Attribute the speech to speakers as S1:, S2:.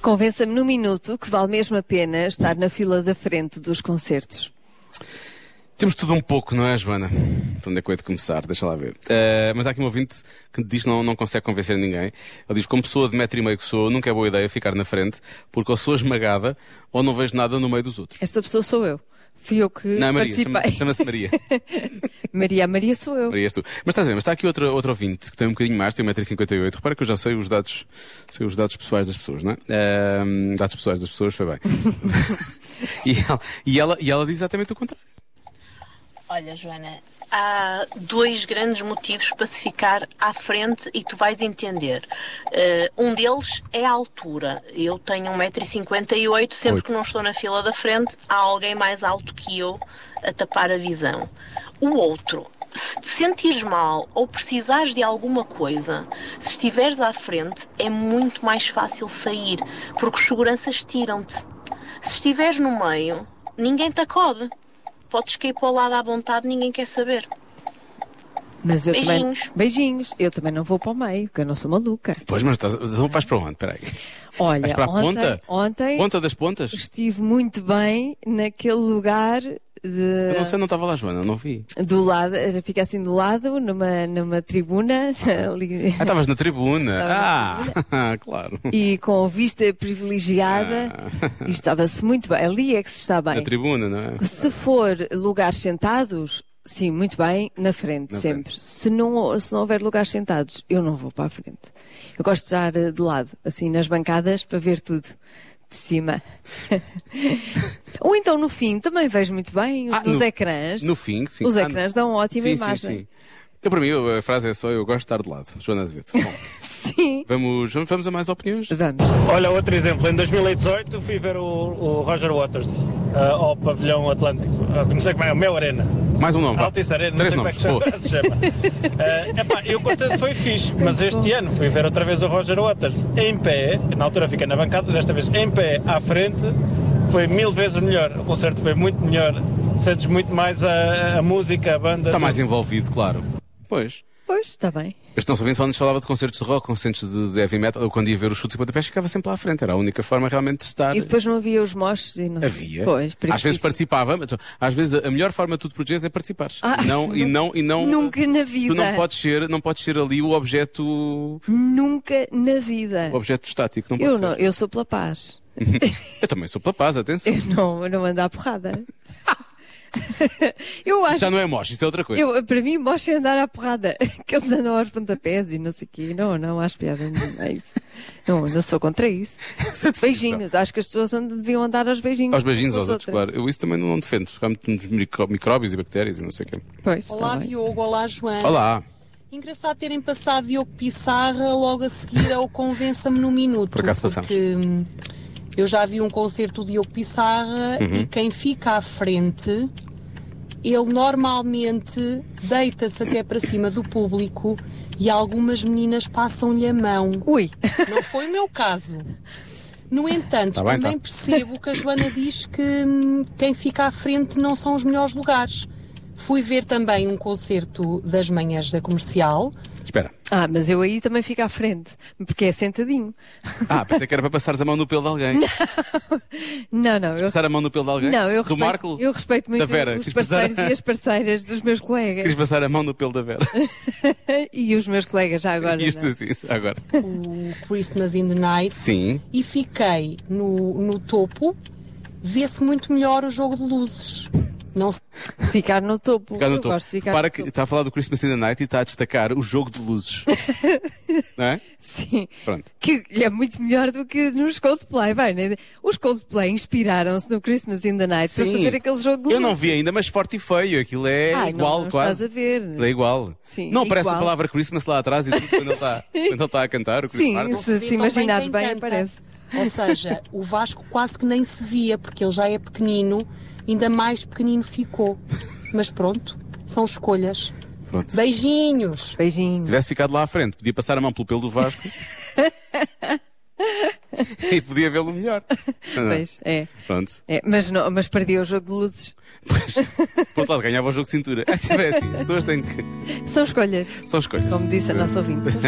S1: Convença-me num minuto que vale mesmo a pena estar na fila da frente dos concertos.
S2: Temos tudo um pouco, não é, Joana? Para onde é que eu hei de começar? Deixa lá ver. Eh, mas há aqui um ouvinte que diz que não, não consegue convencer ninguém. Ele diz, como pessoa de metro e meio que sou, nunca é boa ideia ficar na frente, porque ou sou esmagada ou não vejo nada no meio dos outros.
S1: Esta pessoa sou eu. Fui eu que
S2: Não, é Maria.
S1: participei.
S2: Chama- Chama-se Maria.
S1: Maria, a Maria sou eu.
S2: Maria, és tu. Mas estás a ver, mas está aqui outro, outro ouvinte que tem um bocadinho mais, tem 1,58m. Repara que eu já sei os dados, sei os dados pessoais das pessoas, não é? Ahm, dados pessoais das pessoas, foi bem. e, ela, e, ela, e ela diz exatamente o contrário.
S3: Olha, Joana, há dois grandes motivos para se ficar à frente e tu vais entender. Eh, um deles é a altura. Eu tenho 1,58m, sempre
S2: Oito.
S3: que não estou na fila da frente, há alguém mais alto que eu a tapar a visão. O outro, se te sentires mal ou precisares de alguma coisa, se estiveres à frente, é muito mais fácil sair, porque os seguranças tiram-te. Se estiveres no meio, ninguém te acode. Podes cair para o lado à vontade, ninguém quer saber.
S1: Mas eu
S3: Beijinhos.
S1: também. Beijinhos. Eu também não vou para o meio, que eu não sou maluca.
S2: Pois, mas estás, então vais para onde? Espera aí.
S1: Olha,
S2: Vais para a
S1: É, ontem,
S2: ponta?
S1: ontem
S2: Ponta das pontas?
S1: estive muito bem naquele lugar de-
S2: Eu não sei, não estava lá, Joana, não vi.
S1: do lado, era- fica assim do lado, numa, numa tribuna, ali,
S2: Ah, estavas na tribuna. Ah, claro.
S1: e com vista privilegiada, e estava-se muito bem. Ali é que se está bem.
S2: Ah. Na tribuna, não é?
S1: Se for lugares sentados, sim, muito bem, na frente,
S2: Na
S1: sempre. Se, não, se não houver lugares sentados, eu não vou para a frente. Eu gosto de estar eh, de lado, assim, nas bancadas, para ver tudo de cima. Ou então no fim, também vejo muito bem os,
S2: Ah,
S1: os
S2: no-
S1: ecrãs.
S2: No fim, sim.
S1: Os
S2: Ah,
S1: ecrãs dão uma ótima
S2: sim,
S1: imagem.
S2: Sim, sim. Eu, para mim, a frase é só: eu gosto de estar de lado. Joana Azevedo. Bom,
S1: Sim.
S2: vamos, vamos, vamos a mais opiniões?
S1: Vamos.
S4: Olha, outro exemplo. Em 2018 fui ver o, o Roger Waters ah, ao pavilhão Atlântico. Ah, não sei como é, o meu Arena.
S2: Mais um nome. vá.
S4: Altice Arena, não
S2: Três
S4: sei
S2: nomes.
S4: como é
S2: Boa.
S4: que se chama. Ah, epá, eu gostei, foi fixe, mas este ano fui ver outra vez o Roger Waters em pé. Na altura fiquei na bancada, desta vez em pé à frente. Foi mil vezes melhor. O concerto foi muito melhor. Sentes muito mais a, a música, a banda.
S2: Está
S4: tudo.
S2: Tá mais envolvido, claro. Pois.
S1: Pois, está bem.
S2: Este nosso ouvinte nos falava de concertos de rock, concertos de, de heavy metal. Eu, quando ia ver os chutes e pontapés, ficava sempre lá à frente. Era a única forma realmente de estar.
S1: E depois não havia os moches e não
S2: Havia.
S1: Pois,
S2: às vezes
S1: perigosíssimo.
S2: participava, mas, às vezes a- a melhor forma de tu te protegeres é participares.
S1: Ah,
S2: não, e não, e não.
S1: Nunca na vida.
S2: Tu não podes ser, não podes ser ali o objeto,
S1: Nunca na vida.
S2: o objeto estático. Não pode
S1: Eu,
S2: ser.
S1: não, eu sou pela paz.
S2: Eu também sou papaz, atenção.
S1: Eu não, eu não ando à porrada. eu acho.
S2: Já não é moche, isso é outra coisa.
S1: Eu, para mim, mostra é andar à porrada. Que eles andam aos pontapés e não sei o quê. Não, não, acho piada nenhuma. É isso. Não, não sou contra isso. Beijinhos. Acho que as pessoas andam- deviam andar aos beijinhos.
S2: Aos beijinhos
S1: umas
S2: aos
S1: com as
S2: outros, claro. Eu isso também não defendo. Há muitos micro- micróbios e bactérias e não sei o quê.
S1: Pois,
S5: Olá
S1: tá bem.
S5: Diogo, olá Joana.
S2: Olá!
S5: Engraçado terem passado Diogo Pissarra logo a seguir ao Convença-me no Minuto.
S2: Por acaso passamos.
S5: Porque hum, eu já vi um concerto do Diogo Pissarra
S2: Uhum.
S5: e quem fica à frente, ele normalmente deita-se até para cima do público e algumas meninas passam-lhe a mão.
S1: Ui.
S5: Não foi o meu caso. No entanto,
S2: Tá bem,
S5: também
S2: tá.
S5: percebo que a Joana diz que hum, quem fica à frente não são os melhores lugares. Fui ver também um concerto das manhãs da comercial.
S2: Espera.
S1: Ah, mas eu aí também fico à frente. Porque é sentadinho.
S2: Ah, pensei que era para passares a mão no pelo de alguém.
S1: Não, não. Eu...
S2: Passar a mão no pelo de alguém?
S1: Não, eu
S2: É? Do
S1: respeito,
S2: Marco?
S1: eu respeito muito
S2: Da Vera?
S1: os
S2: Quis passar-
S1: parceiros e as parceiras dos meus colegas.
S2: Queres passar a mão no pelo da Vera?
S1: e os meus colegas já agora.
S2: Isto
S1: não.
S2: assim, isso, agora.
S5: o Christmas in the Night
S2: Sim.
S5: e fiquei no, no topo. Vê-se muito melhor o jogo de luzes. Não se
S1: Ficar no topo.
S2: Ficar no
S1: eu
S2: topo.
S1: gosto de ficar
S2: Repara
S1: no
S2: que
S1: topo.
S2: está a falar do Christmas in the Night e está a destacar o jogo de luzes. não é?
S1: Sim.
S2: Pronto.
S1: Que é muito melhor do que nos Coldplay. Bem, né? os Coldplay inspiraram-se no Christmas in the Night para fazer aquele jogo de luz.
S2: Eu não vi ainda, mas forte e feio. Aquilo é
S1: Ai, não,
S2: igual,
S1: não
S2: quase.
S1: estás a ver.
S2: Aquilo É igual.
S1: Sim,
S2: não aparece a
S1: igual.
S2: palavra Christmas lá atrás e tudo quando ele está, quando ele está a cantar. O Chris
S1: Sim, é se,
S2: Martin.
S1: se
S5: vê tão
S1: imaginares
S5: quem
S1: bem,
S5: canta.
S1: aparece.
S5: Ou seja, o Vasco quase que nem se via, porque ele já é pequenino, ainda mais pequenino ficou. Mas pronto, são escolhas.
S2: Pronto. Se
S5: Beijinhos!
S1: Beijinho.
S2: tivesse ficado lá à frente, podia passar a mão pelo pelo do Vasco. e podia vê-lo melhor. Não, não.
S1: Pois, é.
S2: Pronto.
S1: É, mas, não, mas perdi o jogo de luzes.
S2: Pois, por outro lado, ganhava o jogo de cintura. É assim, é assim. As pessoas têm que.
S1: São escolhas,
S2: São escolhas.
S1: como disse a nossa ouvinte. São